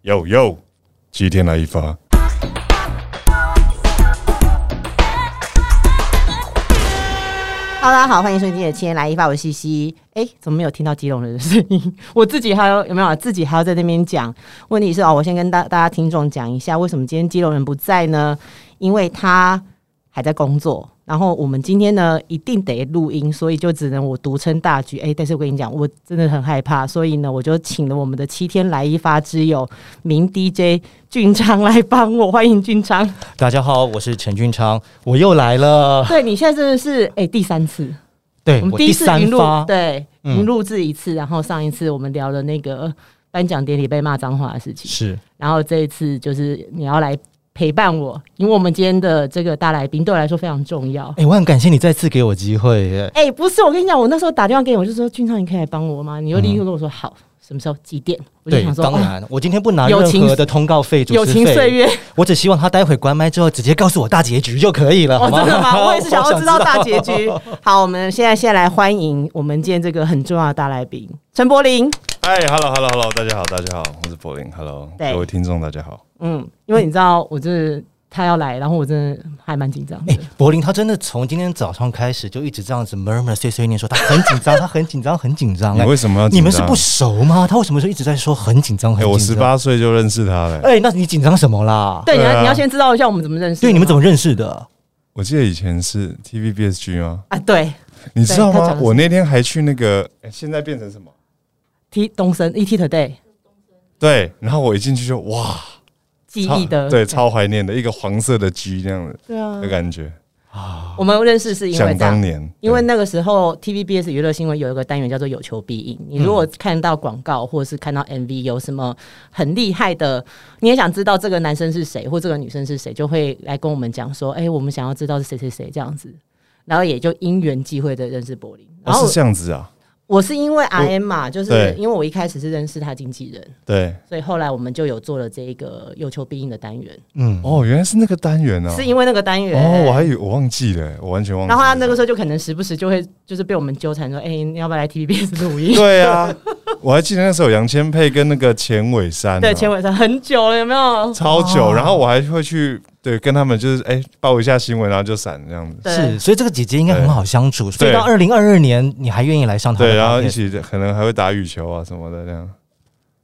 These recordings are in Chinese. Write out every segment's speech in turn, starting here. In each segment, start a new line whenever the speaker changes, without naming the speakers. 哟哟，七天来一发。
Hello，大家好，欢迎收听今天的《七天来一发》，我是西西。哎，怎么没有听到基隆人的声音？ 我自己还有有没有自己还要在那边讲？问题是哦，我先跟大大家听众讲一下，为什么今天基隆人不在呢？因为他还在工作。然后我们今天呢，一定得录音，所以就只能我独撑大局。哎，但是我跟你讲，我真的很害怕，所以呢，我就请了我们的七天来一发之友名 DJ 俊昌来帮我，欢迎俊昌。
大家好，我是陈俊昌，我又 来了。
对你现在真的是哎第三次，
对
我们
哎我
第一
第
次
三
云录
发，
对
嗯
云录制一次，然后上一次我们聊了那个颁奖典礼被骂脏话的事情，
是
然后这一次就是你要来陪伴我，因为我们今天的这个大来宾对我来说非常重要
哎、。我很感谢你再次给我机会耶。
哎、不是，我跟你讲，我那时候打电话给你，我就说俊昌，你可以来帮我吗？你又立刻跟我说、好，什么时候几点？我就
嗯对
想，说，
当
哦、
然，我今天不拿
友
任
情
何的通告费、主
友
持
情岁
费，
月
我只希望他待会关麦之后直接告诉我大结局就可以了，好
哦，真的吗？我也是想
好
要知道大结 局。好，我们现在先来欢迎我们今天这个很重要的大来宾陈柏霖。
嗨，Hello，Hello，Hello，大哎家好，大家好，我是柏林，Hello，
对
各位听众大家好。
嗯，因为你知道，我就是他要来，然后我真的还蛮紧
哎
张的。
柏林他真的从今天早上开始就一直这样子 murmur 碎碎念说他很 紧张，他很紧张，很紧张。
你
哎
为什么要紧张？
你们是不熟吗？他为什么说一直在说很紧张？
哎、
很
我十
紧张？
八岁就认识他了、
哎、那你紧张什么啦？
对，你
对
要
啊
你要先知道一下我们怎么认识的吗。
对，你们怎么认识的？
我记得以前是 TVBSG 吗？
啊？对
你知道
他讲
吗
的？是
我那天还去那个，哎现在变成什么？
，T 东升 ET Today
对，然后我一进去就哇，
记
超
忆的
对，超怀念的一个黄色的 G 那样的
对啊
的，感觉。
我们认识是因为
想
这
当
样。
年，
因为
对
那个时候 TVBS 娱乐新闻有一个单元叫做“有求必应”，你如果看到广告或者是看到 MV 有什么很厉害的，你也想知道这个男生是谁或这个女生是谁，就会来跟我们讲说：“哎、我们想要知道是谁谁谁这样子。”然后也就因缘际会的认识柏林，然后
哦是这样子啊，
我是因为 R M 嘛，就是
对
因为我一开始是认识他经纪人，
对，
所以后来我们就有做了这一个有求必应的单元，
嗯，
哦，原来是那个单元啊，
是因为那个单元。
哦，我还以为我忘记了，我完全忘记了。
然后他那个时候就可能时不时就会就是被我们纠缠说，哎、你要不要来 TVBS 录音？
对啊，我还记得那时候杨千霈跟那个钱伟山啊、
对，哦千伟山很久了，有没有？
超久，然后我还会去对跟他们就是哎、报一下新闻，然后就闪这样子，
对
是，，所以这个姐姐应该很好相处。所以
对
到二零二二年，你还愿意来上她的
对，然后
podcast
一起可能还会打羽球啊什么的这样。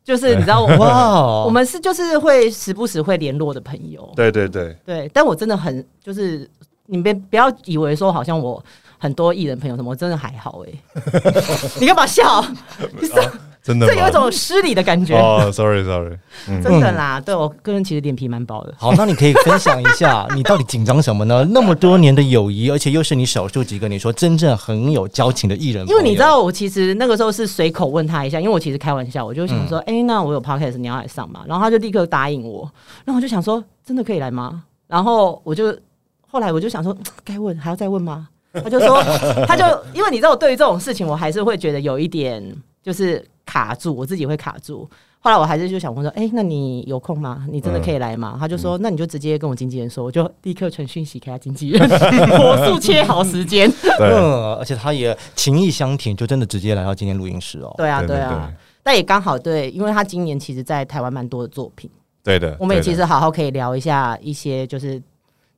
就是你知道我
哇
们
哦，
我们是就是会时不时会联络的朋友，
对对对，
对。但我真的很就是你别不要以为说好像我很多艺人朋友什么，我真的还好 哎、你干嘛笑？
真的吗
这有一种失礼的感觉，
哦，sorry sorry，嗯，
真的啦。对我个人其实脸皮蛮薄的。
好，那你可以分享一下 你到底紧张什么呢？那么多年的友谊，而且又是你少数几个你说真正很有交情的艺人
因
朋友，
为你知道，我其实那个时候是随口问他一下，因为我其实开玩笑，我就想说，哎、那我有 podcast，你要来上嘛？然后他就立刻答应我，然后我就想说，真的可以来吗？然后我就后来我就想说，该问还要再问吗？他就说，他就因为你知道，我对于这种事情，我还是会觉得有一点就是卡住，我自己会卡住。后来我还是就想问说，哎、那你有空吗？你真的可以来吗？他就说，那你就直接跟我经纪人说，我就立刻传讯息给他经纪人， 火速切好时间。
对
嗯，而且他也情意相挺，就真的直接来到今天录音室哦。
对啊，
对
对
对
啊。
对
但也刚好对，因为他今年其实，在台湾蛮多的作品，
对的，
我们也
呃对的
其实好好可以聊一下一些，就是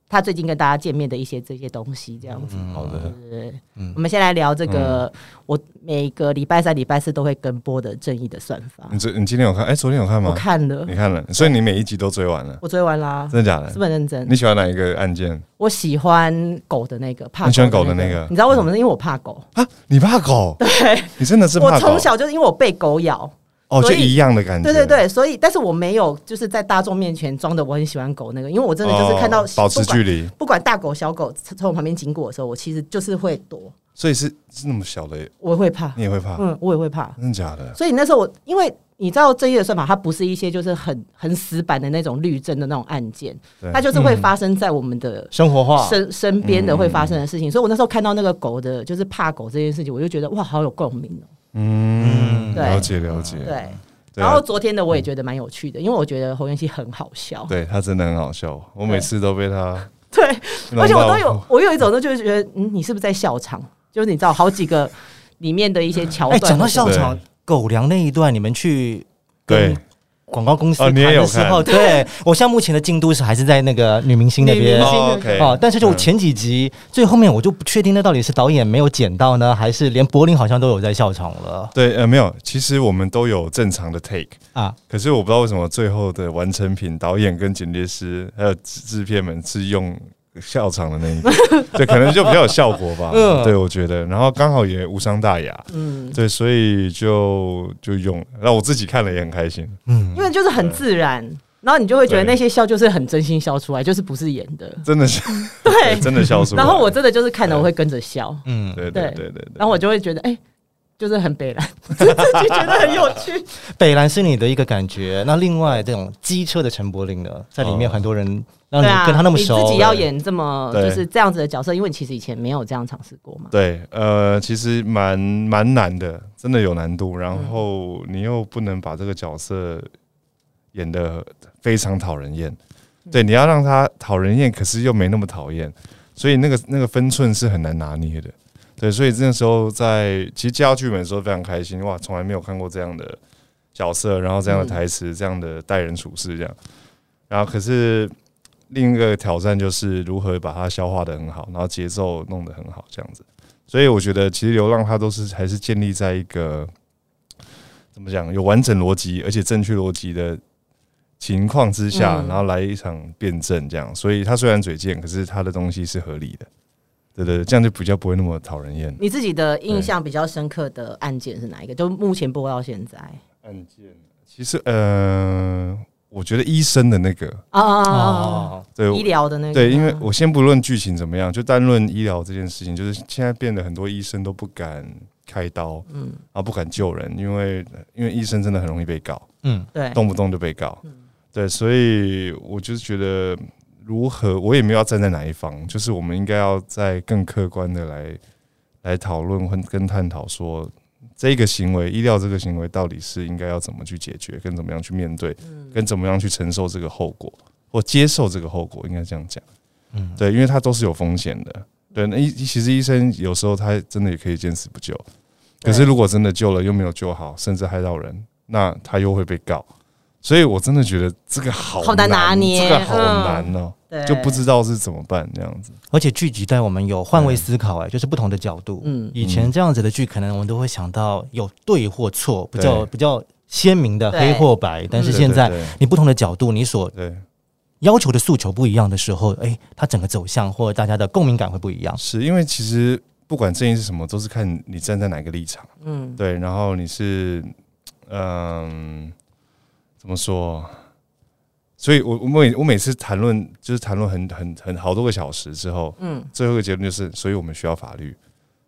他最近跟大家见面的一些这些东西，这样子。
好的，
对，
嗯
我们先来聊这个，我每个礼拜三、礼拜四都会跟播的《正义的算法
你》，昨你今天有看？哎，昨天有看
我
吗？
看了
你，看了，所以你每一集都追完了，
我追完啦，
真的假的
是？不是很认真？
你喜欢哪一个案件
我喜欢狗的那个，怕
你喜欢
的
狗的那
个
个，
你知道为什么？呢？因为我怕狗，
啊？你怕狗？对，你真的是
我
怕
从
狗
小就是因为我被狗咬，
哦，
所
就
以
一样的感觉。
对对对，所以但是我没有就是在大众面前装的我很喜欢狗那个，因为我真的就是看到
哦保持
不管
距离，
不管大狗小狗从我旁边经过的时候，我其实就是会躲，
所以是是那么小的，
我会怕，
你也会怕？
嗯，我也会怕。
真的假的？
所以那时候我，因为你知道正义的算法，它不是一些就是很很死板的那种律政的那种案件，
对
它就是会发生在我们的
生活化，
身身边的会发生的事情。
嗯
所以我那时候看到那个狗的，就是怕狗这件事情，我就觉得哇，好有共鸣哦、
嗯，
对
了解了解。
对。
对啊
然后昨天的我也觉得蛮有趣的，因为我觉得侯元熙很好笑。
对他真的很好笑，我每次都被他，
对，
弄
而且我都
到
有，我有一种呢，就是觉得，嗯，你是不是在笑场？就是你知道好几个里面的一些桥
哎，
段。
讲到笑
对
嗯
场，狗粮那一段，你们去跟
对
广告公司
哦
谈
你也有
的时候，对我现在目前的进度是还是在那个女明星那
女明
边
星
哦，OK，
哦，但是就我
嗯
前几集、最后面我就不确定那到底是导演没有剪到呢，还是连柏林好像都有在笑场了
对呃没有，其实我们都有正常的 take，
啊？
可是我不知道为什么最后的完成品，导演跟剪接师还有制制片们是用笑场的那一 个，对，可能就比较有效果吧。
嗯
对，我觉得，然后刚好也无伤大雅，
嗯，
对，所以就就用了。那我自己看了也很开心，
嗯
因，为就是很自然，然后你就会觉得
对
那些笑就是很真心笑出来，就是不是演的，
真的是
对。
真的笑出来。
然后我真的就是看了我会跟着笑，
嗯，
对对对对对，
然后我就会觉得哎、就是很北蓝， 自己觉得很有趣。
北兰是你的一个感觉，那另外这种机车的陈柏霖呢，在里面
哦
很多人让
对
你
啊，
嗯跟他那么熟，
你自己要演这么
对
就是这样子的角色，因为你其实以前没有这样尝试过嘛。
对，呃，其实蛮蛮难的，真的有难度。然后你又不能把这个角色演得非常讨人厌，对，你要让他讨人厌，可是又没那么讨厌，所以那个那个分寸是很难拿捏的。对，所以那时候在其实接到剧本的时候非常开心，哇，从来没有看过这样的角色，然后这样的
嗯
台词，这样的待人处事，这样。然后可是另一个挑战就是如何把它消化的很好，然后节奏弄得很好，这样子。所以我觉得其实流浪它都是还是建立在一个怎么讲有完整逻辑而且正确逻辑的情况之下，
嗯
然后来一场辩证这样。所以它虽然嘴贱，可是它的东西是合理的。对对对，这样就比较不会那么讨人厌。
你自己的印象比较深刻的案件是哪一个？就目前播到现在
案件其实呃，我觉得医生的那个
啊啊啊啊啊，
哦，
对我
医疗的那个吗，
对，因为我先不论剧情怎么样，就单论医疗这件事情，就是现在变得很多医生都不敢开刀，嗯，啊不敢救人，因为因为医生真的很容易被告，
嗯，
对嗯
动不动就被告，对，所以我就是觉得如何，我也没有要站在哪一方，就是我们应该要在更客观的来来讨论和跟探讨说。这个行为，医疗这个行为到底是应该要怎么去解决，跟怎么样去面对，
嗯
跟怎么样去承受这个后果，或接受这个后果，应该这样讲。
嗯，
对，因为它都是有风险的。对，那医其实医生有时候他真的也可以见死不救，可是
对
如果真的救了又没有救好，甚至害到人，那他又会被告。所以我真的觉得这个好哦
好难拿捏
这个好
嗯
难哦、
对
就不知道是怎么办这样子。
而且剧集带我们有换位思考、哎，就是不同的角度。
嗯
嗯，以前这样子的剧，可能我们都会想到有对或错，比
对
较比较鲜明的
对嗯
黑或白。但是
对
现在
对
你不同的角度，你所
对，
要求的诉求不一样的时候，哎、它整个走向或者大家的共鸣感会不一样。
是因为其实不管正义是什么，都是看你站在哪个立场。
嗯
对，然后你是，嗯，怎么说？所以我我每我每次谈论就是谈论很很很好多个小时之后，
嗯
最后一个结论就是，所以我们需要法律，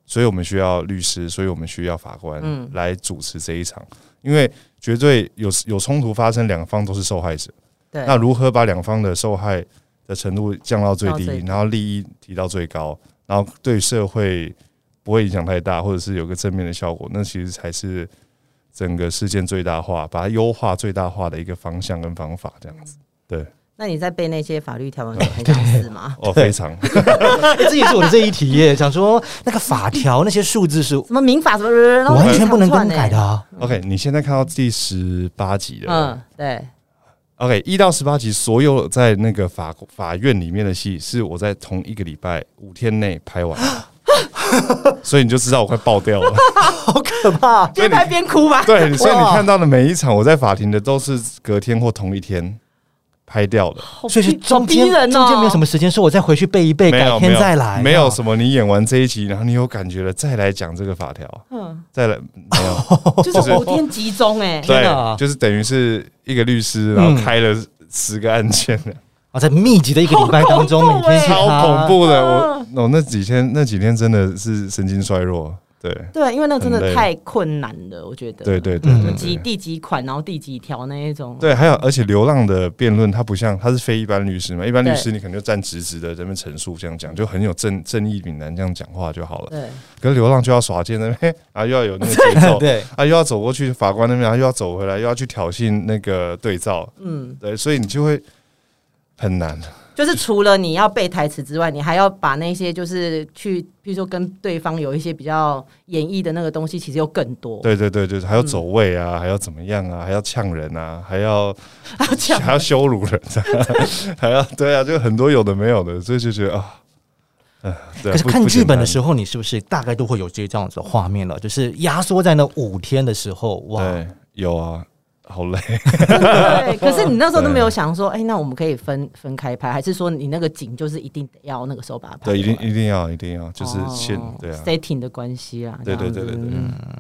所以我们需要律师，所以我们需要法官
嗯
来主持这一场，因为绝对有有冲突发生，两方都是受害者。
对，
那如何把两方的受害的程度降到最低
降到最，低
然后利益提到最高，然后对社会不会影响太大，或者是有个正面的效果，那其实才是整个事件最大化，把它优化最大化的一个方向跟方法，这样子。对，
那你在背那些法律条文的时候很想死吗？
哦，非 常，
哎、这也是我的这一题耶，想说那个法条那些数字是
什么民法什么什么什么，然后
完全不能更改的、
很
啊。
OK，你现在看到第十八集
长
了。
串欸。嗯，对，
OK，一到十八集，所有在那个法法院里面的戏，是我在同一个礼拜五天内拍完的， 所以你就知道我快爆掉了。
欸
好可怕！
边拍边哭吧。
对，所以你
哇
看到的每一场我在法庭的都是隔天或同一天拍掉的，
好
所以是
逼好
中
逼
间、
人哦，
中间没有什么时间，说我再回去背一背，
没
哎改
有
天再来。啊哦
没有什么你演完这一集，然后你有感觉了，再来讲这个法条，
嗯，
再来没有，
就是五天集中哎、
哦天哪
对，就是等于是一个律师，然后开了十个案件，
啊，在密集的一个礼拜当中，
好恐
每
怖欸
天去
超
它
恐怖的。我我那几天那几天真的是神经衰弱，对
对，因为那真
很
的
累
太困难了，我觉得。
对对对
嗯
对
几
对。
第几款，然后第几条那一种。
对，还有，而且流浪的辩论，它不像，它是非一般律师嘛。一般律师你可能就站直直的，在那边陈述这样讲，就很有正正义凛然这样讲话就好了。
对
可是流浪就要耍贱那边，啊又要有那个节奏，
对，
啊又要走过去法官那边，啊又要走回来，又要去挑衅那个对照，
嗯，
对，所以你就会很难。
就是除了你要背台词之外，你还要把那些就是去，比如说跟对方有一些比较演绎的那个东西，其实又更多。
对对对对，还要走位啊，还要怎么样啊，还要呛人啊，还要
啊，这
还
样
要羞辱人、啊， 还要对啊，就很多有的没有的，所以就觉得啊，嗯、对啊。
可是看剧本的时
候，
候，你是不是大概都会有这这样子的画面了？就是压缩在那五天的时候，哇，
对，有啊，好累。
对。可是你那时候都没有想说，哎、那我们可以分分开拍，还是说你那个景就是一定得要那个时候把它拍完？
对，一定一定要一定要，就是先、
哦
对啊，
setting 的关系啊。
对对对对
这样子
对，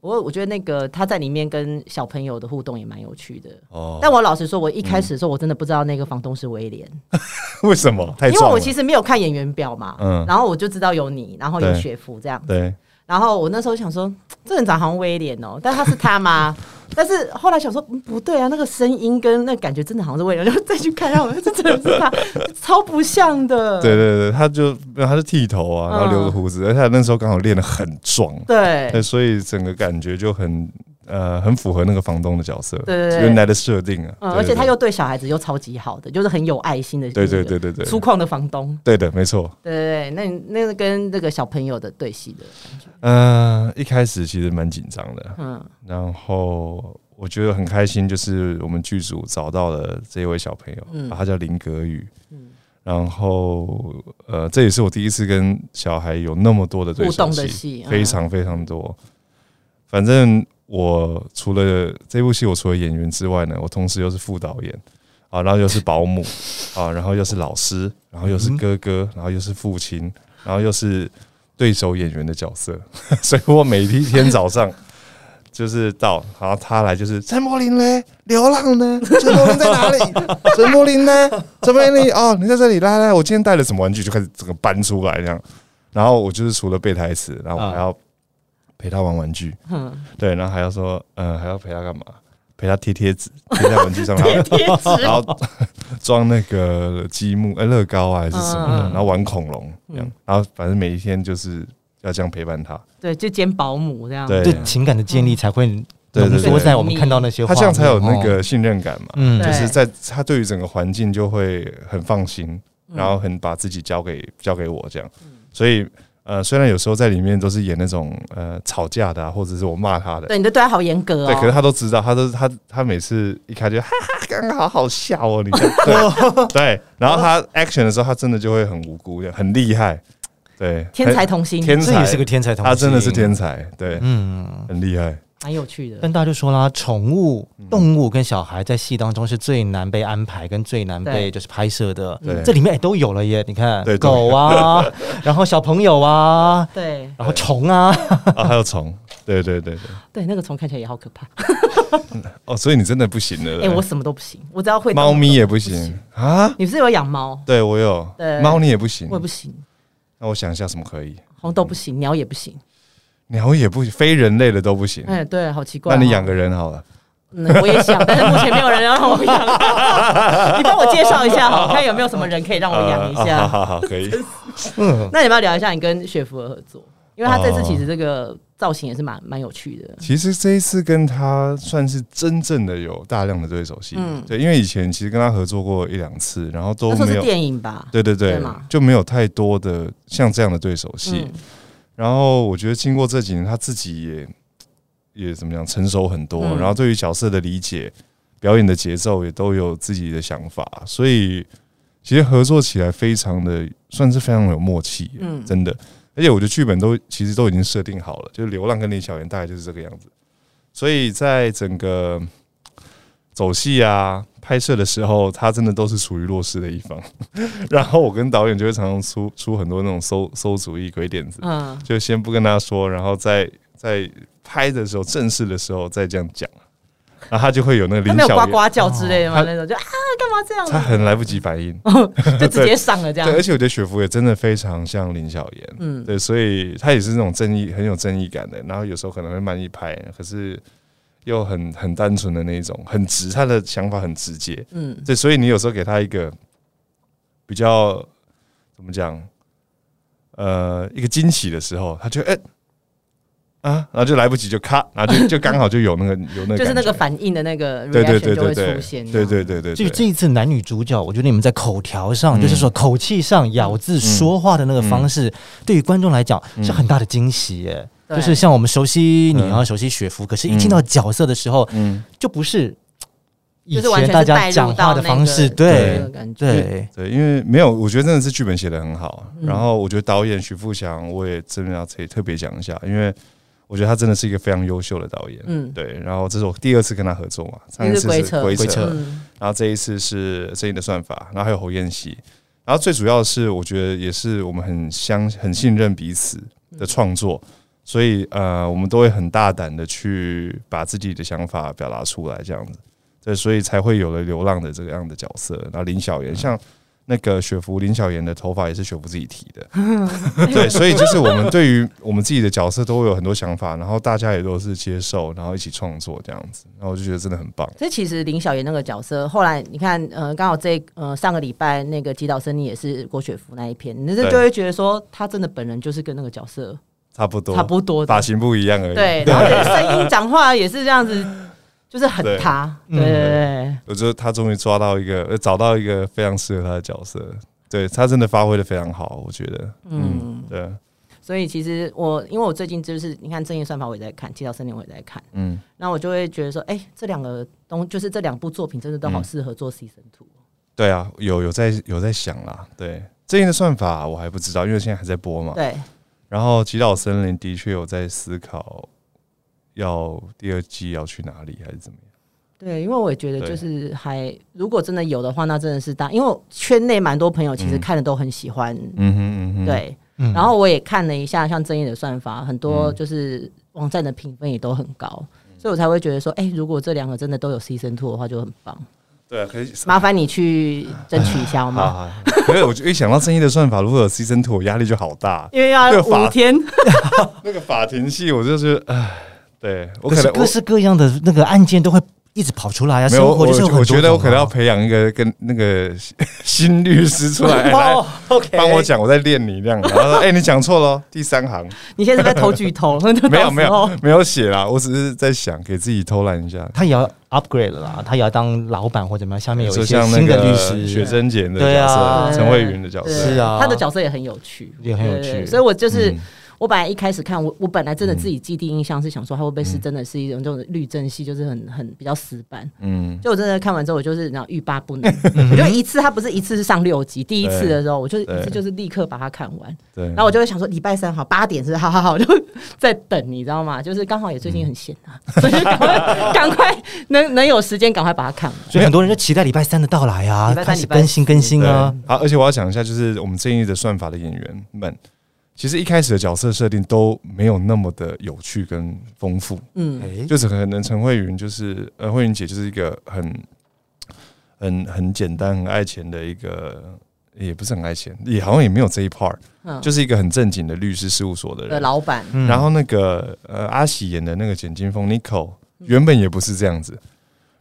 不过我觉得那个他在里面跟小朋友的互动也蛮有趣的。
哦。 嗯
但我老实说，我一开始的时候我真的不知道那个房东是威廉，
为什么？太
因为
壮
我
了。
其实没有看演员表嘛，
嗯
然后我就知道有你，然后有
对
雪芙这样，
对，
然后我那时候想说，这人长好像威廉哦、但他是他 吗？但是后来想说、嗯不对啊，那个声音跟那感觉真的好像是威廉，然后再去看，然后这真的是他，超不像的。
对对对，他就没有他是剃头啊，然后留个
嗯
胡子，而且他那时候刚好练得很壮，
对
对，所以整个感觉就很呃很符合那个房东的角色，
对对对
原来的设定啊。
嗯，
对
而且他
对
又对小孩子又超级好的，就是很有爱心的，
对对对对对
粗犷的房东，
对的，没错。
对对对，那你那个跟那个小朋友的对戏的，
嗯，一开始其实蛮紧张的，
嗯
然后我觉得很开心，就是我们剧组找到了这一位小朋友，
嗯
啊他叫林格宇。
嗯，
然后，呃，这也是我第一次跟小孩有那么多的对
互
手
动的戏，嗯
非常非常多。反正我除了这部戏，我除了演员之外呢，我同时又是副导演啊，然后又是保 姆啊，然后又是老师，然后又
嗯
是哥哥，然后又是父亲，然后又是对手演员的角色， 所以我每一天早上。就是到，然后他来就是陈柏霖嘞，流浪呢？陈柏霖在哪 里？陈柏霖呢？陈柏霖哦，你在这里，来来，我今天带了什么玩具，就开始整个搬出来这样。然后我就是除了背台词，然后我还要陪他玩玩具，
啊嗯，
对，然后还要说，呃，还要陪他干嘛？陪他贴贴纸，贴在玩具 上，然后
贴纸
然后装那个积木、呃乐高啊还是什么的，
嗯
然后玩恐龙这样，然后反正每一天就是要这样陪伴他，
对，就兼保姆这样，
对
对情感的
嗯
建立才会
对
浓
对
缩
对
在我们看到那些画
他
面，
这样才有那
哦，
个信任感嘛，
嗯，
对
就是在他对于整个环境就会很放心，
嗯
然后很把自己交给交给我这样，所以。呃，虽然有时候在里面都是演那种呃吵架的、啊，或者是我骂他的，
对，你的对他好严格哦，
对，可是他都知道，他都他他每次一开就 哈哈，刚刚好好笑哦，你这 样对对，然后他 action 的时候，他真的就会很无辜，很厉害，对，
天才
很
童星，
天
这
才
也是个天才童星，
他真的是天才，对，
嗯。
很厉害，
蛮有趣的，
但大家就说啦，宠物、
嗯
动物跟小孩在戏当中是最难被安排，跟最难被
对
就是拍摄的
对。
这里面也哎都有了耶，你看
对都有
狗啊， 然后小朋友啊，
对
然后虫啊，
啊，还有虫，对对对对，
对，那个虫看起来也好可怕，
哦，所以你真的不行了，
哎、
对
我什么都不行，我只要会动
猫咪也不
不
行啊，
你不是有养猫？
对我有
对，
猫你也不行
我也，不行，
那我想一下什么可以，
红豆不行，鸟也不行，
鸟也不行，非人类的都不行，
哎、对，好奇怪、
那你养、个人好了，
嗯，我也想，但是目前没有人要让我养，你帮我介绍一下好，看有没有什么人可以让我养
啊
一
好
下。
好 好，可以，
嗯，
那你要不要聊一下你跟雪芙的合作？因为他这次其实这个造型也是蛮蛮有趣的，
其实这一次跟他算是真正的有大量的对手戏，
嗯
对，因为以前其实跟他合作过一两次，然后都
那时候
没
是
有，
电影吧？
对对对，
对嘛
就没有太多的像这样的对手戏。
嗯
然后我觉得经过这几年，他自己也也怎么讲，成熟很多，
嗯
然后对于角色的理解、表演的节奏也都有自己的想法，所以其实合作起来非常的算是非常有默契，
嗯
真的。而且我的剧本都其实都已经设定好了，就是《流浪》跟李小妍大概就是这个样子，所以在整个走戏啊、拍摄的时候，他真的都是属于弱势的一方。 然后我跟导演就会常常出出很多那种馊馊主意、鬼点子，
嗯，
就先不跟他说，然后在在拍的时候、正式的时候再这样讲，然后他就会有那个
他
林
没有
小
呱
妍，
呱叫之类的吗？
哦他
那种就啊，干嘛这样
他
啊？
很来不及反应。
就直接上了这样
对，。而且我觉得雪芙也真的非常像林小妍，
嗯，
对，所以她也是那种正义很有正义感的，然后有时候可能会慢一拍，可是又很很单纯的那种，很直，她的想法很直接，
嗯，
对，所以你有时候给她一个比较怎么讲，呃，一个惊喜的时候，她就哎、啊，然后就来不及就咔，然后就就刚好就有那个有那个，
就是那个
反，
反应的那个
对对
reaction
对
就会
对
出
对
现。
对对对对，
就
对
这一次男女主角，我觉得你们在口条上，
嗯
就是说口气上、咬字、说话的那个方式，对于观众来讲
嗯
是很大的惊喜耶。
对
就是像我们熟悉你啊、熟悉雪芙，可是一进到角色的时候，
嗯，
就不是以
就是完
前
全
大
是
家
带入
讲
到
话
那
的
个
方式。
那
对
个感觉。
对，
对，嗯因为没有，我觉得真的是剧本写的很好。然后我觉得导演徐富祥，我也真的要特特别讲一下，因为我觉得他真的是一个非常优秀的导演。
嗯
对。然后这是我第二次跟他合作嘛，上一次是
一个是归
归
归策
嗯，
然后这一次是《正义的算法》，然后还有侯彦希。然后最主要的是，我觉得也是我们很相很信任彼此的创作，所以呃，我们都会很大胆的去把自己的想法表达出来，这样子。对，所以才会有了流浪的这样的角色。然后林小妍，像那个雪芙，林小妍的头发也是雪芙自己提的。对，所以就是我们对于我们自己的角色都会有很多想法，然后大家也都是接受，然后一起创作这样子。然后我就觉得真的很棒。
所以其实林小妍那个角色，后来你看，呃，刚好这呃上个礼拜那个《吉岛森尼》也是郭雪芙那一篇，你这
对
就会觉得说，她真的本人就是跟那个角色
差不多，
差不多的
发，型不一样而已。
对，然后这声音讲话也是这样子，就是很
对
她，对
嗯
对对
我觉得他终于抓到一个，呃找到一个非常适合他的角色。对他真的发挥的非常好，我觉得，
嗯
嗯，对，
所以其实我因为我最近就是你看《正义算法》我也在看，《吉岛森林》我也在看，
嗯，
那我就会觉得说，哎、这两个东就是这两部作品真的都好适合做 season two，、
对啊，有有在有在想啦，对，这样的算法我还不知道，因为现在还在播嘛。
对，
然后《极岛森林》的确有在思考，要第二季要去哪里还是怎么样？
对，因为我也觉得
对
就是还，如果真的有的话，那真的是大，因为我圈内蛮多朋友其实看的都很喜欢，
嗯哼嗯哼，，
对。
嗯
然后我也看了一下，像正义的算法，很多
嗯
就是网站的评分也都很高，所以我才会觉得说，哎、如果这两个真的都有 season two 的话，就很棒。
对啊，可 以。
麻烦你去争取一下好
好
吗？
好，好啊可是我就一想到正义的算法，如果有 season two，我压力就好大。
因为要
这个法
五天，
那个法庭戏，我就是，唉，对我
可
可
是
能
各
我。
式各样的那个案件都会一直跑出来啊，
没
生
有，
活
我
就是有很多
我觉得
种
我可能要
啊
培养一个跟那个 新律师 出 来，哎来
哦，OK，
帮我讲，我在练你这样。然后说，哎，你讲错了，第三 行
你现在是在偷剧透？
没有没有
到时候，
没有写啦，我只是在想给自己偷懒一下。
他也要 upgrade 了啦，他也要当老板或怎么样，下面有
就
一些
像那
新的律
个
师，
雪珍姐的
对
角
啊
色，陈慧云的角色，
是啊
他的角色也很有趣，
也很有趣
对对所以我就是、
嗯
我本来一开始看我，我本来真的自己既定印象是想说，他会不会是真的是一种这种律政戏，就是很很比较死板。
嗯，
就我真的看完之后，我就是然后欲罢 不能。我就一次，他不是一次是上六集，第一次的时候，我就是一次
对
就是立刻把它看完。
对。
然后我就会想说，礼拜三好，八点是好好好，就 在等，你知道吗？就是刚好也最近很闲啊，
嗯
所以就赶快赶快能能有时间赶快把它看完。
所以很多人就期待礼拜三的到来啊
礼拜，三
开始
礼拜四
更新更新
对
啊。
好，而且我要讲一下，就是我们正义的算法的演员们，其实一开始的角色设定都没有那么的有趣跟丰富。
嗯，
哎，
就是可能陈慧云就是呃，慧云姐就是一个很很很简单、很爱钱的一个，也不是很爱钱，也好像也没有这一 part，、
嗯
就是一个很正经的律师事务所的
的
人。
老板，
嗯
然后那个呃，阿喜演的那个简金峰 n i c o
嗯
原本也不是这样子，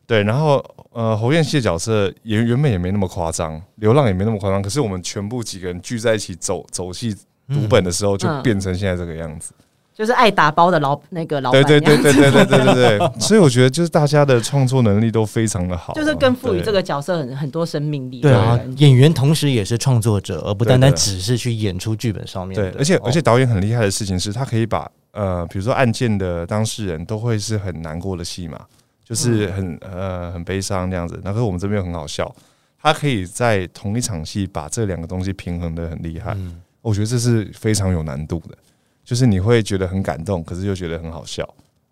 对。然后呃，侯彦希的角色也原本也没那么夸张，流浪也没那么夸张，可是我们全部几个人聚在一起走走戏读本的时候，就
嗯
变成现在这个样子。
就是爱打包的老那个老板
对
娘，
对对对对对对对 对，所以我觉得就是大家的创作能力都非常的好啊，
就是更赋予
对
这个角色很很多生命力。
对啊
感，觉
演员同时也是创作者，而不
对
单单
对
只是去演出剧本上面
对
的。，
而且
哦
而且导演很厉害的事情是，他可以把呃，比如说案件的当事人都会是很难过的戏嘛，就是
嗯
很呃很悲伤这样子，那可是我们这边又很好笑，他可以在同一场戏把这两个东西平衡的很厉害，我觉得这是非常有难度的，就是你会觉得很感动，可是又觉得很好笑，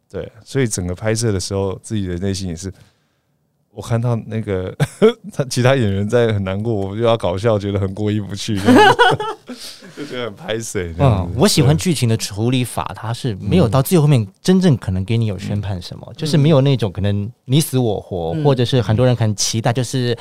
对，所以整个拍摄的时候，自己的内心也是。我看到那个 他其他演员在很难过，我又要搞笑，觉得很过意不去， 这样子就觉得很拍水。这样
嗯
子，
我喜欢剧情的处理法，它是没有到最后面真正可能给你有宣判什
嗯
么，就是没有那种可能你死我活，
嗯
或者是很多人很期待就是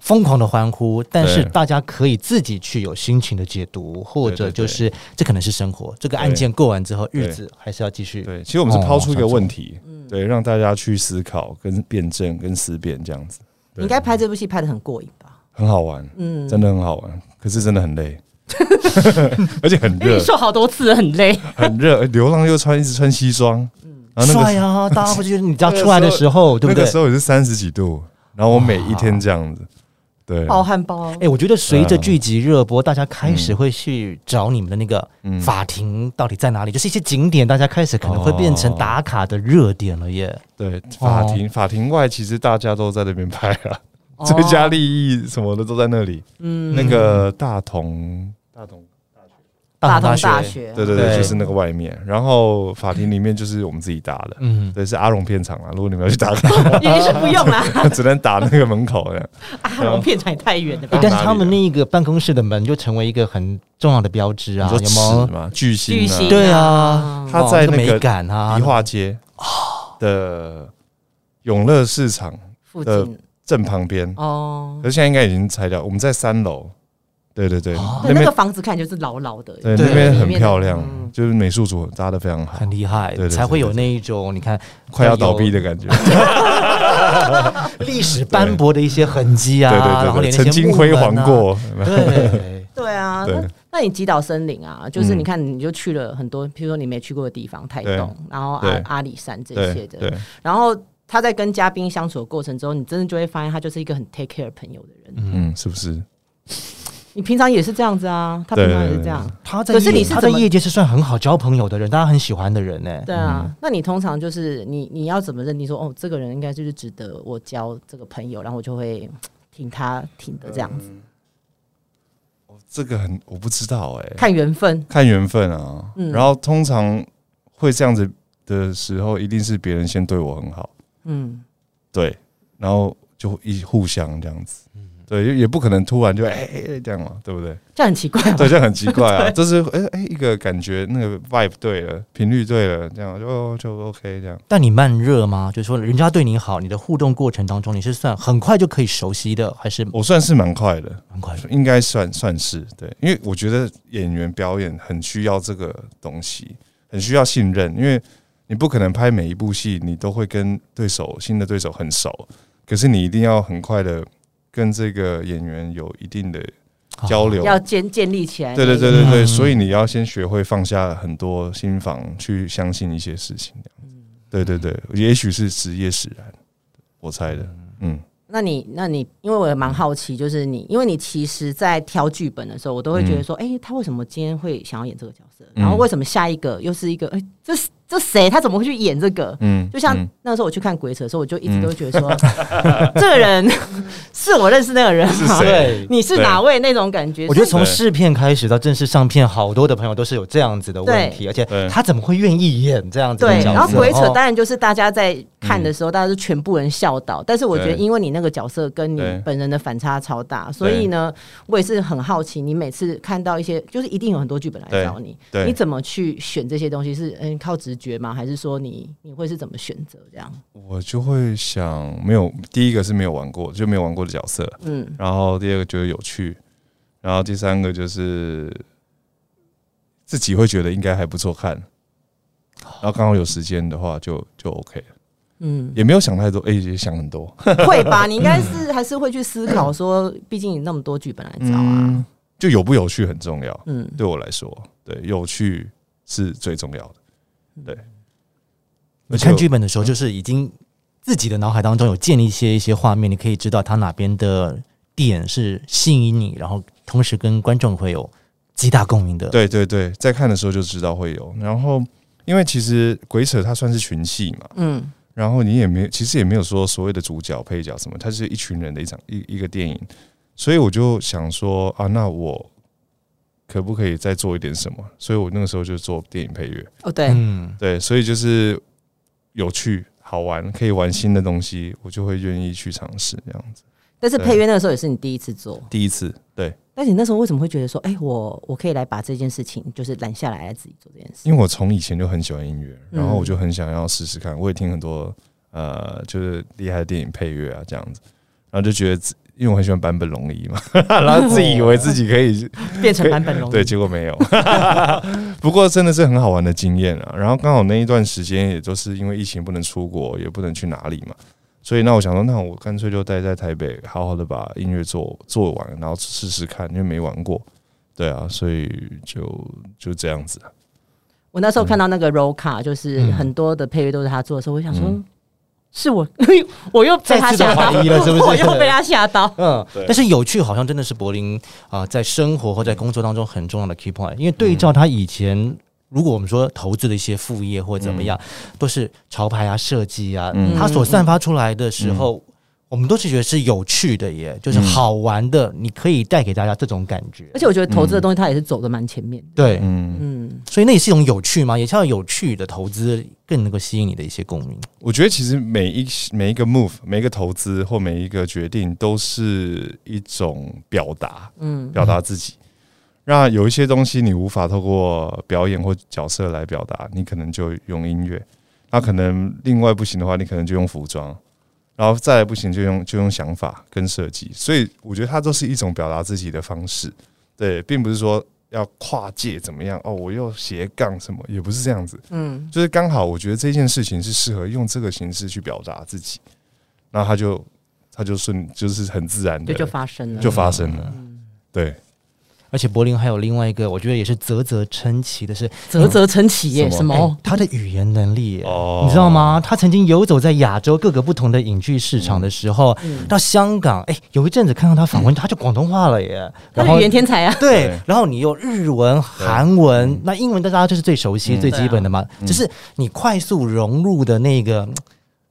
疯狂的欢呼，但是大家可以自己去有心情的解读，或者就是这可能是生活，这个案件过完之后，日子还是要继续。
对，其实我们是抛出一个问题，对，让大家去思考、跟辩证、跟思辨这样子，
你应该拍这部戏拍的很过瘾吧？
很好玩，
嗯，
真的很好玩。可是真的很累， 而且很
因为
热
你，瘦好多次了，很累。
很热。流浪又穿一直穿西装，然后那个
帅啊！大家不就是 你知道出来的时候，对不
那
对
个？时候也是三十几度，然后我每一天这样子，对，
哦
包汉包，
哎、我觉得随着剧集热播，大家开始会去找你们的那个
嗯
法庭到底在哪里，就是一些景点，大家开始可能会变成打卡的热点了耶。
对，法庭、法庭外其实大家都在那边拍啊，最佳利益什么的都在那里。嗯，那个大同，大同，
大
同
同
大
大
学，
对对对，
对
就是那个外面。然后法庭里面就是我们自己打的，
嗯，
对，是阿龙片场啊。如果你们要去打 卡，
一定是不用 啊啦。
只能打那个门口的。
阿龙片场也太远了吧
哎，？但是他
哪
们那个办公室的门就成为一个很重要的标志啊，
你说
有没有
尺？嘛，巨星、啊，
巨星
对啊，
他在
哦
那
那
个
美感啊，
迪化街的永乐市场
附
的
近
正旁边，
哦
可。是现在应该已经拆掉。我们在三楼，对对对，
哦
那
对，那
边
个房子看起来就是牢牢的，
对，
对
那边很
里面的
漂亮，
嗯
就是美术组搭的非常好
很，厉害
对对，对
才会有那一种你看
快要倒闭的感觉。
历史斑驳的一些痕迹
对
啊，然
对
后
对对，
连
曾
那些
经
木
辉
门啊
煌，过，
对，
对啊，
对
那那你吉岛森林啊，就是
嗯
你看你就去了很多，譬如说你没去过的地方，台
对
东，然后
对
阿阿里山这些
对
的，
对
然后他在跟嘉宾相处的过程中，你真的就会发现他就是一个很 take care 朋友的人。
嗯，是不是？
你平常也是这样子啊，他
对
平常也
对
是
对
这样，
他在
可是
业
你是
他在
怎么
业界是算很好交朋友的人，大家很喜欢的人呢、
对啊。
嗯
那你通常就是你你要怎么认定说，哦，这个人应该就是值得我交这个朋友，然后我就会嗯挺他挺的这样
嗯
子，
这个很我不知道哎，
看缘分。
看缘分啊
嗯。
然后通常会这样子的时候，一定是别人先对我很好，
嗯，
对，然后就一互相这样子。
嗯
对，也不可能突然就哎哎哎这样嘛，对不对？
这样很奇怪 吧
对，这样很奇怪啊，就是哎哎一个感觉那个 vibe 对了，频率对了，这样就哦就 OK 这样。
但你慢热吗？就是说，人家对你好，你的互动过程当中，你是算很快就可以熟悉的，还是
我算是蛮快的，
蛮快的？
应该算算是对，因为我觉得演员表演很需要这个东西，很需要信任，因为你不可能拍每一部戏你都会跟对手新的对手很熟，可是你一定要很快的跟这个演员有一定的交流。
啊要建建立起来。
对对对对对，
嗯
所以你要先学会放下很多心防，去相信一些事情，这样
嗯
子。对对对，也许是职业使然，我猜的。嗯，
那你，那你，因为我也蛮好奇，就是你，因为你其实，在挑剧本的时候，我都会
嗯
觉得说，哎、他为什么今天会想要演这个角色？然后为什么下一个又是一个？哎、这是这谁？他怎么会去演这个？
嗯
就像
嗯
那时候我去看《鬼扯》的时候，我就
嗯
一直都会觉得说，这个人 是我认识那个人
是
吗？
谁
对，
你是哪位？那种感觉，
啊我觉得
所
从试片开始到正式上片，好多的朋友都是有这样子的问题，而且
对
他怎么会愿意演这样
以
子的
对。
角色？
然后《鬼扯》当
哦嗯
然就是大家在看的时候，大家是全部人笑倒，但是我觉得，
对
因为你那个角色跟你
对
本人的反差超大，所以呢，我也是很好奇，你每次看到一些，就是一定有很多剧本来找你，
对对
你怎么去选这些东西？是嗯靠直觉吗？还是说你你会是怎么选择这样？
我就会想，没有第一个是没有玩过，就没有玩过的角色，
嗯，
然后第二个觉得有趣，然后第三个就是自己会觉得应该还不错看，
哦
然后刚好有时间的话就就 OK 了
嗯，
也没有想太多，哎、也想很多，
会吧？你应该是还是会去思考说，毕竟你那么多剧本来找啊，
嗯，就有不有趣很重要，
嗯，
对我来说，对有趣是最重要的，对。
你看剧本的时候，就是已经自己的脑海当中有建立一些一些画面，你可以知道他哪边的点是吸引你，然后同时跟观众会有极大共鸣的。，
对对对，在看的时候就知道会有。然后，因为其实鬼扯它算是群戏嘛，
嗯，
然后你也没有，其实也没有说所谓的主角、配角什么，它是一群人的一场一一个电影，所以我就想说啊，那我可不可以再做一点什么？所以我那个时候就做电影配乐，
哦对，
嗯，
对，所以就是有趣、好玩，可以玩新的东西，我就会愿意去尝试这样子。
但是配乐那个时候也是你第一次做，
第一次，对，
但是你那时候为什么会觉得说，哎、我我可以来把这件事情就是揽下来，来自己做这件事？
因为我从以前就很喜欢音乐，
嗯
然后我就很想要试试看。我也听很多呃，就是厉害的电影配乐啊这样子，然后就觉得自，因为我很喜欢坂本龙一嘛， 然后自己以为自己可以，
变成版本龙
对，结果没有。 不过真的是很好玩的经验啊。然后刚好那一段时间，也就是因为疫情不能出国，也不能去哪里嘛，所以那我想说，那我干脆就待在台北，好好的把音乐做做完，然后试试看，因为没玩过。对啊，所以就就这样子。啊
我那时候看到那个 roll car，就是
嗯
很多的配乐都是他做的时候，我想说
嗯，
是我， 我又被他
再次
吓
地
到
怀疑了是不是
我又被他吓到。
嗯
对，
但是有趣好像真的是柏林啊、在生活或在工作当中很重要的 key point，因为对照他以前，如果我们说投资的一些副业或怎么样，都是潮牌啊、设计啊，
嗯
它所散发出来的时候，我们都是觉得是有趣的耶，就是
嗯
好玩的，你可以带给大家这种感觉
而。且我觉得投资的东西，他也是走的蛮前面的。
对，
嗯，
嗯，
所以那也是一种有趣嘛，也像有趣的投资更能够吸引你的一些共鸣。
我觉得其实每一每一个 move、每一个投资或每一个决定都是一种表达，
嗯
嗯，表达自己。那有一些东西你无法透过表演或角色来表达，你可能就用音乐。那可能另外不行的话，你可能就用服装，然后再来不行就用就用想法跟设计。所以我觉得它都是一种表达自己的方式，对，并不是说要跨界怎么样哦，我又斜杠什么，也不是这样子。
嗯，
就是刚好，我觉得这件事情是适合用这个形式去表达自己，然后他就他就顺就是很自然的
就就发嗯生了。
就发生了，对，
而且柏林还有另外一个，我觉得也是啧啧称奇的是，
啧啧称奇耶，什
什
么？
哎他的语言能力耶，
哦
你知道吗？他曾经游走在亚洲各个不同的影剧市场的时候，
嗯
到香港，哎，有一阵子看到他访问，他就广东话了耶，
嗯他
然
是
后
语言天才啊！
对
对，
然后你有日文、韩文，那英文大家就是最熟悉、
嗯
最基本的
啊
嘛，就是你快速融入的那个、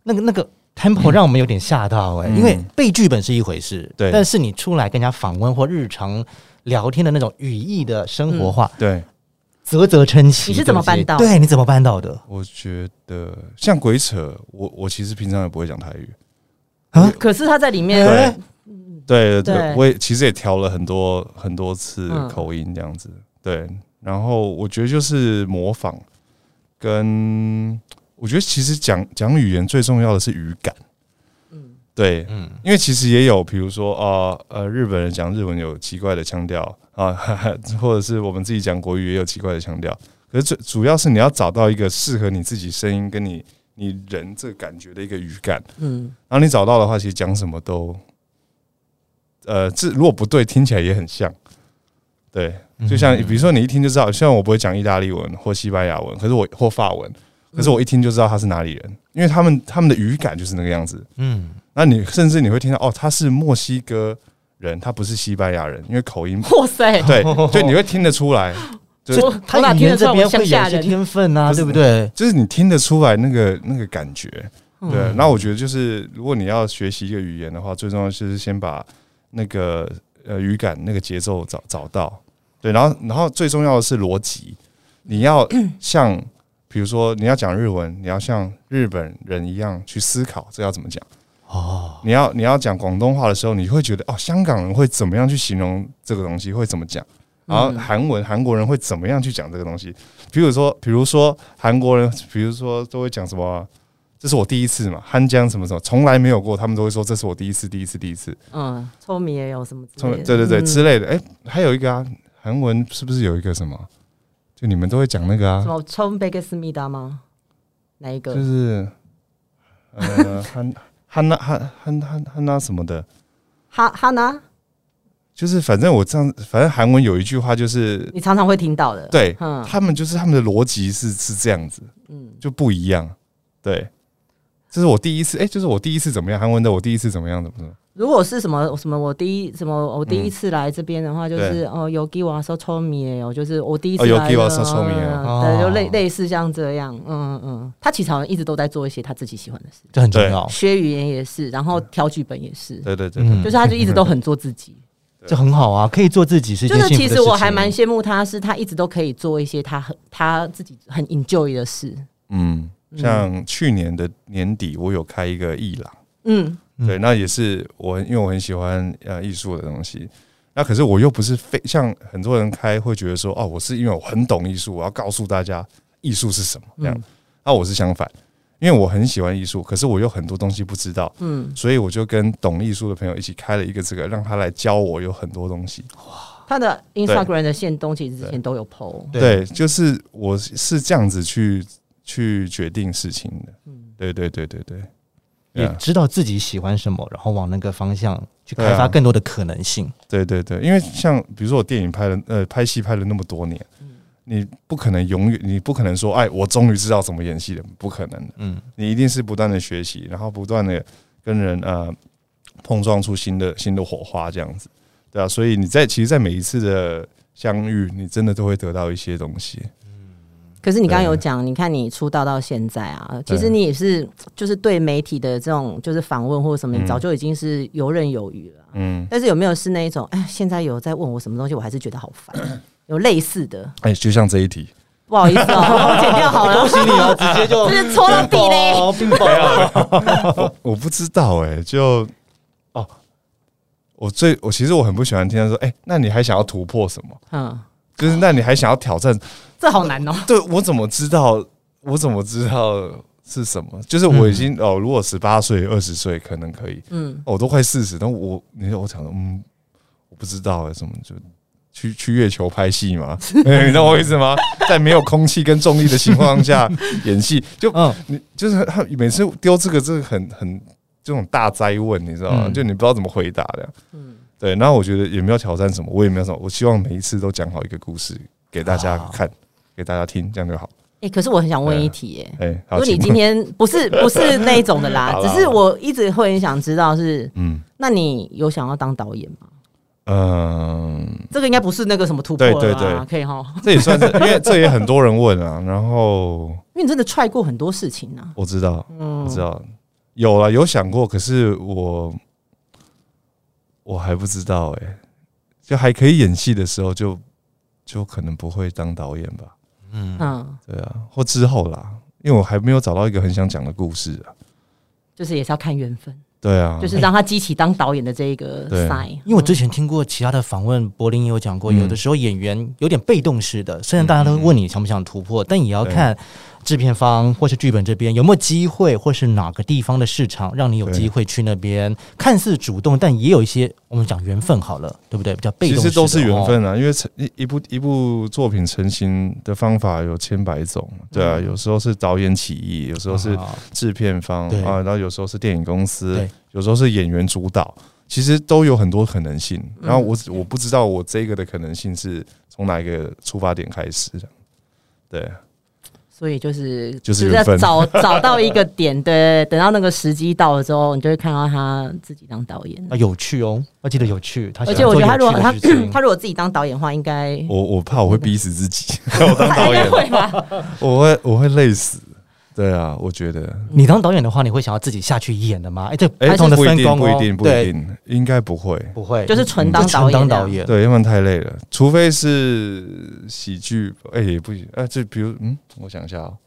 那个、那个 tempo
嗯
让我们有点吓到哎、
嗯
因为背剧本是一回事，
对
但是你出来跟人家访问或日常聊天的那种语义的生活化，
对，
啧啧称
嗯
奇。
你是怎么办到
对不起对，你怎么办到的？
我觉得像鬼扯，我我其实平常也不会讲台语，
可是他在里面，嗯
对对对
对
对，我也其实也调了很多很多次
嗯
口音这样子，对，然后我觉得就是模仿跟我觉得其实讲讲语言最重要的是语感，
嗯
对，
嗯，
因为其实也有，比如说啊呃日本人讲日文有奇怪的腔调啊， 哈哈，或者是我们自己讲国语也有奇怪的腔调。可是最主要是你要找到一个适合你自己声音跟你你人这个感觉的一个语感，
嗯，
然后你找到的话，其实讲什么都，呃，这如果不对，听起来也很像。对，
嗯
就像比如说你一听就知道，虽然我不会讲意大利文或西班牙文，可是我或法文，可是我一听就知道他是哪里人，因为他们他们的语感就是那个样子。
嗯，
那你甚至你会听到哦，他是墨西哥人，他不是西班牙人，因为口音
哇塞，
对，所以你会听得出来，就是
我我哪
他语
听得出
言
来
这
我
边会有
乡下
一些
人？
天分啊，
不是
对不对？嗯
就是你听得出来那个那个感觉。对，那我觉得就是如果你要学习一个语言的话，最重要就是先把那个呃语感、那个节奏找找到。对，然后然后最重要的是逻辑，你 要像比如说你要讲日文，你要像日本人一样去思考这要怎么讲。
哦，
你要你要讲广东话的时候，你会觉得哦，香港人会怎么样去形容这个东西，会怎么讲？然
嗯
后韩文韩国人会怎么样去讲这个东西？比如说，比如说韩国人，比如说都会讲什么？啊这是我第一次嘛，汉江什么什么，从来没有过，他们都会说这是我第一次，第一次，第一次，
嗯，聪明也有什么之
从
类的？
对对对、
嗯
之类的。哎、还有一个啊，韩文是不是有一个什么？就你们都会讲那个啊
什，么冲贝克思密达吗？哪一
就
个？
是呃 汉汉娜汉汉汉汉娜什么的，
哈哈娜，
就是反正我这样，反正韩文有一句话就是
你常常会听到的。
对
嗯
他们就是他们的逻辑是是这样子，
嗯，
就不一样。对，这是我第一次，哎、就是我第一次怎么样？韩文的我第一次怎么样？怎么怎么？
如果是什么什么，我第一什么我第一次来这边的话，就是
对
哦，有给我说聪明哦，就是我第一次
哦
来
有
的，
给我说聪明啊耶
嗯对，就类
哦
类似像这样，嗯嗯嗯，他其实好像一直都在做一些他自己喜欢的事，
这很重要，
学语言也是，然后挑剧本也是，
哦对对对
嗯
就是他就一直都很做 自己。
这很好啊，可以做自己
嗯
是一
就
件
是
幸福的
其
事情。
实我还蛮羡慕他，是他一直都可以做一些他很他自己很 enjoy 的事。
嗯，像去年的年底，我有开一个艺廊，
嗯，
嗯
对，那也是我因为我很喜欢呃艺术的东西。那可是我又不是非像很多人开会觉得说哦，我是因为我很懂艺术，我要告诉大家艺术是什么
嗯
这样。那、我是相反，因为我很喜欢艺术，可是我有很多东西不知道。
嗯，
所以我就跟懂艺术的朋友一起开了一个这个，让他来教我有很多东西。
他的 Instagram 的线东其实之前都有 PO。
对
对，就是我是这样子去去决定事情的。
嗯
对对对对对，
也
Yeah
知道自己喜欢什么，然后往那个方向去
嗯对
开发
啊
更多的可能性。
对对对，因为像比如说我电影拍了，呃，拍戏拍了那么多年，你不可能永远，你不可能说，哎，我终于知道怎么演戏了，不可能的。
嗯，
你一定是不断的学习，然后不断的跟人呃碰撞出新的新的火花，这样子，对啊。所以你在其实，在每一次的相遇，你真的都会得到一些东西。
可是你刚刚
对
有讲，你看你出道到现在啊，其实
对
你也是就是对媒体的这种就是访问或者什么，你
嗯
早就已经是游刃有余了啊。
嗯，
但是有没有是那一种，哎，现在有在问我什么东西，我还是觉得好烦。 有类似的，
哎、就像这一题，
不好意思哦、我剪掉好了。
你哦，直 接就哦
这是戳到地雷，
哦
并没
我不知道哎、就哦，我最我其实我很不喜欢听他说，哎、那你还想要突破什么？
嗯，
就是那你还想要挑战
这好难哦、
对我怎么知道？我怎么知道是什么？就是我已经、哦，如果十八岁、二十岁可能可以，
嗯，
哦我都快四十，但我你我想说，嗯，我不知道哎，什么就去去月球拍戏嘛、 哎你懂我意思吗？在没有空气跟重力的情况下演戏，就
嗯，
你就是他每次丢这个，这个很很这种大灾问，你知道吗？
嗯
就你不知道怎么回答的。
嗯
对。然后我觉得也没有挑战什么，我也没有什么，我希望每一次都讲好一个故事给大家
好
看，
啊
给大家听，这样就好。
哎、可是我很想问一题、哎、
哎、
如
好，
果你
请
今
问
天 不是不是那一种的啦
好，
只
啦
是我一直会很想知道是，
嗯
那你有想要当导演吗？
嗯，
这个应该不是那个什么突破了啊，
对对对
可以哈，
这也算是，因 为这也很多人问啊。然后
因为你真的踹过很多事情啊，
我知道，
嗯
我知道，有了有想过，可是我我还不知道哎、就还可以演戏的时候就，就可能不会当导演吧。
嗯，
对啊，或之后啦，因为我还没有找到一个很想讲的故事啊。
就是也是要看缘分，
对啊，
就是让他激起当导演的这一个
对
sign，嗯
因为我
嗯
之前听过其他的访问，柏林也有讲过，有的时候演员有点被动式
嗯
的，虽然大家都问你想不想突破，但也要看制片方或是剧本这边有没有机会，或是哪个地方的市场让你有
对
机会去那边。看似主动，但也有一些我们讲缘分好了，对不对？比较被
其
动
实
式的
都是缘、
哦
分啊，因为成一一部一部作品成型的方法有千百种，对啊，有时候是导演起义，有时候是
嗯啊
制片方
对
啊，然后有时候是电影公司
对，
有时候是演员主导，其实都有很多可能性。
嗯
然后我只我不知道我这个的可能性是从哪一个出发点开始的，对，啊
所以就是
就是
要
缘分
找找到一个点，对，等到那个时机到了之后，你就会看到他自己当导
哎
演。
啊有趣哦，要记得有趣。他
而
喜
且
欢
我觉得
做
他如
有
果
趣的
他
事 情
他如果自己当导演的话，应该
我我怕我会逼死自己， 我当
他
导
应该
哎
演，
会吧？
我会我会累死，对啊，我觉得。
你当导演的话，你会想要自己下去演的吗？哎，这
哎
不同的
不一
分
定，
工哦，
不一定，不一
对，
定，应该不会。
不会，
就是纯当
就
导
纯
演啊，
当导演，
对，要不然太累了，除非是喜剧，哎、也不行，哎、就比如，嗯，我想一下、哦，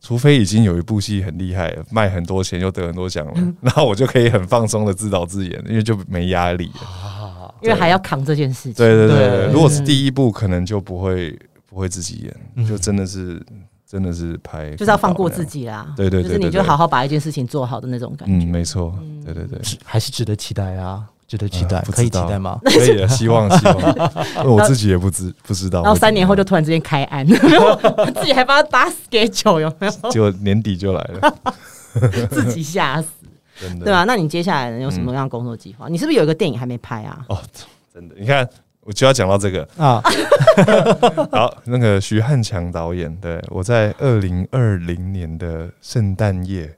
除非已经有一部戏很厉害了，卖很多钱又得很多奖了，
嗯
然后我就可以很放松的自导自演，因为就没压力了。
啊，
因为还要扛这件事情。
对对对对
对
如果是第一部，可能就不会不会自己演，
嗯
就真的是真的是拍，
就是要放过自。己啦，
啊对对对
就是你
对
就
对
好好把一件事情做好的那种感
嗯，
觉。
没错，对对对，
嗯
还是值得期待啊，值得期待，
啊不
可以
知
期
道
待吗？
可以啊，希望希 望，我自己也不知不哦知道。
然后三年后就突然之间开案，然后我 自己还帮他打 schedule，有没有？
结果年底就来了，
自己吓死，
真的。
对吧、啊那你接下来有什么样的工作计划？你是不是有一个电影还没拍啊？
嗯哦，真的，你看，我就要讲到这 个。
啊，
好，那个徐汉强导演，对我在二零二零年的圣诞夜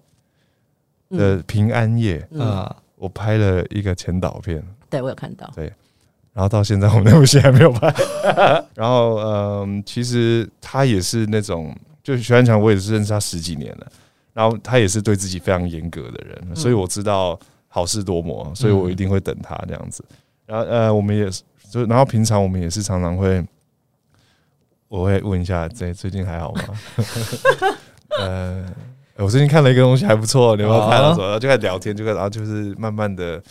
的平安夜，
嗯，
我拍了一个前导片，
对我有看到，
然后到现在我们那部戏还没有拍。 然后，嗯，其实他也是那种，就徐汉强，我也是认识他十几年了。然后他也是对自己非常严格的
嗯
人，所以我知道好事多磨，所以我一定会等他这样子。然后，呃，我们也是，就然后平常我们也是常常会，我会问一下，这最近还好吗？ 呃。我最近看了一个东西还不错，你有没有看到什么？然后就开始聊天，就开始然后就是慢慢的，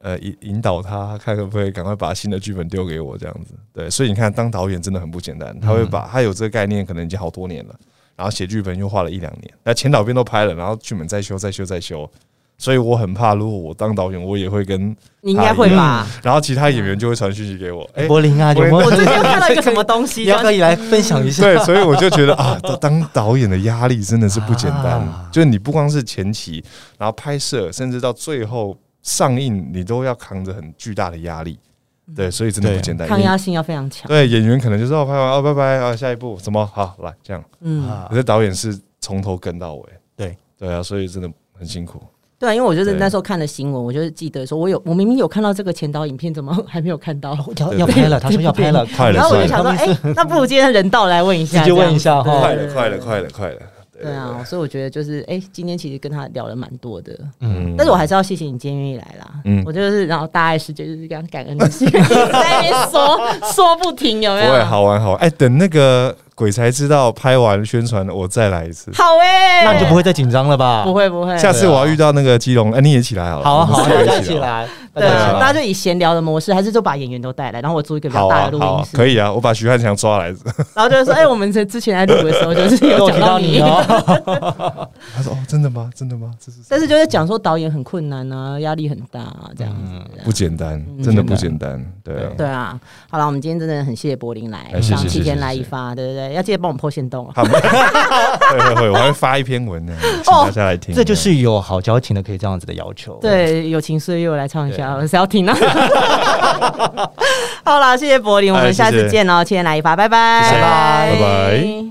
呃引引导他，看可不可以赶快把新的剧本丢给我这样子。对，所以你看，当导演真的很不简单，他会把他有这个概念，可能已经好多年了，然后写剧本又花了一两年，那前导片都拍了，然后剧本再修、再修、再修，所以我很怕，如果我当导演，我也会跟，
你应该会吧？
啊嗯
嗯
然后其他演员就会传讯息给我，哎、
柏林啊，有没
我
有？
最近又看到一个什么 东西，
你要不要也来分享一下？
对，所以我就觉得啊，当 当导演的压力真的是不简单
啊，
就是你不光是前期，然后拍摄，甚至到最后上映，你都要扛着很巨大的压力。对，所以真的不
对
简单。
嗯抗压性要非常强。
对演员可能就是哦，拍完哦，拜拜啊，下一步什么好来这样。
嗯，
啊
可是导演是从头跟到尾。
对
对啊，所以真的很辛苦。
对啊，因为我就是
对
那时候看了新闻，我就是记得说，我有我明明有看到这个前导影片，怎么还没有看
哦
到？
哦要要拍了，他 说要拍了，
快了
然后我就想说，
不好
哎
意思，
那不如今天人到来问一下，
直接问
这样
一下哈
对
快
对
了，
对
快了，快了，快了。对
对啊，，所以我觉得就是，哎、今天其实跟他聊了蛮多的，
嗯
但是我还是要谢谢你今天愿意来啦。
嗯
我就是然后大爱世界就是这样感恩的 心，在那边说说不停，有没
不会
有？
好玩好玩。哎，等那个鬼才知道拍完宣传了，我再来一次。
好哎、
那你就不会再紧张了吧？
不会不会，
下次我要遇到那个基隆，哎，你也起来好了。
好啊，好
我
啊，
们四个
大家一
起
起
聊。
来，
对
大家
啊
一起，来
大家就以闲聊的模式，还是就把演员都带来，然后我租一个比
好
较大的
啊，
录
好
音
啊，
室，
可以啊，我把徐汉强抓来。
然后就是说，哎、我们之之前在录的时候就是
又
有
提
讲
到
你
你。哦，
他说：“哦，真的吗？真的吗？这是
但是就是讲说导演很困难啊，压力很大啊，这样子。
不简单，真的不简单。”对啊，
对啊，好了，我们今天真的很谢谢柏林来，
哎谢谢
上
谢谢
期间来
谢
一
谢
发，对不对？要记得帮我们破线洞啊。
他们 会会会，我还会发一篇文呢，请大家来 听。
哦这就是有好交情的可以这样子的要求。，
对，友情岁月我来唱一下，我是要听啊。好了，谢谢柏林，我
哎
们下
谢
次
谢
见哦，谢谢来一发，拜拜，
谢谢拜拜。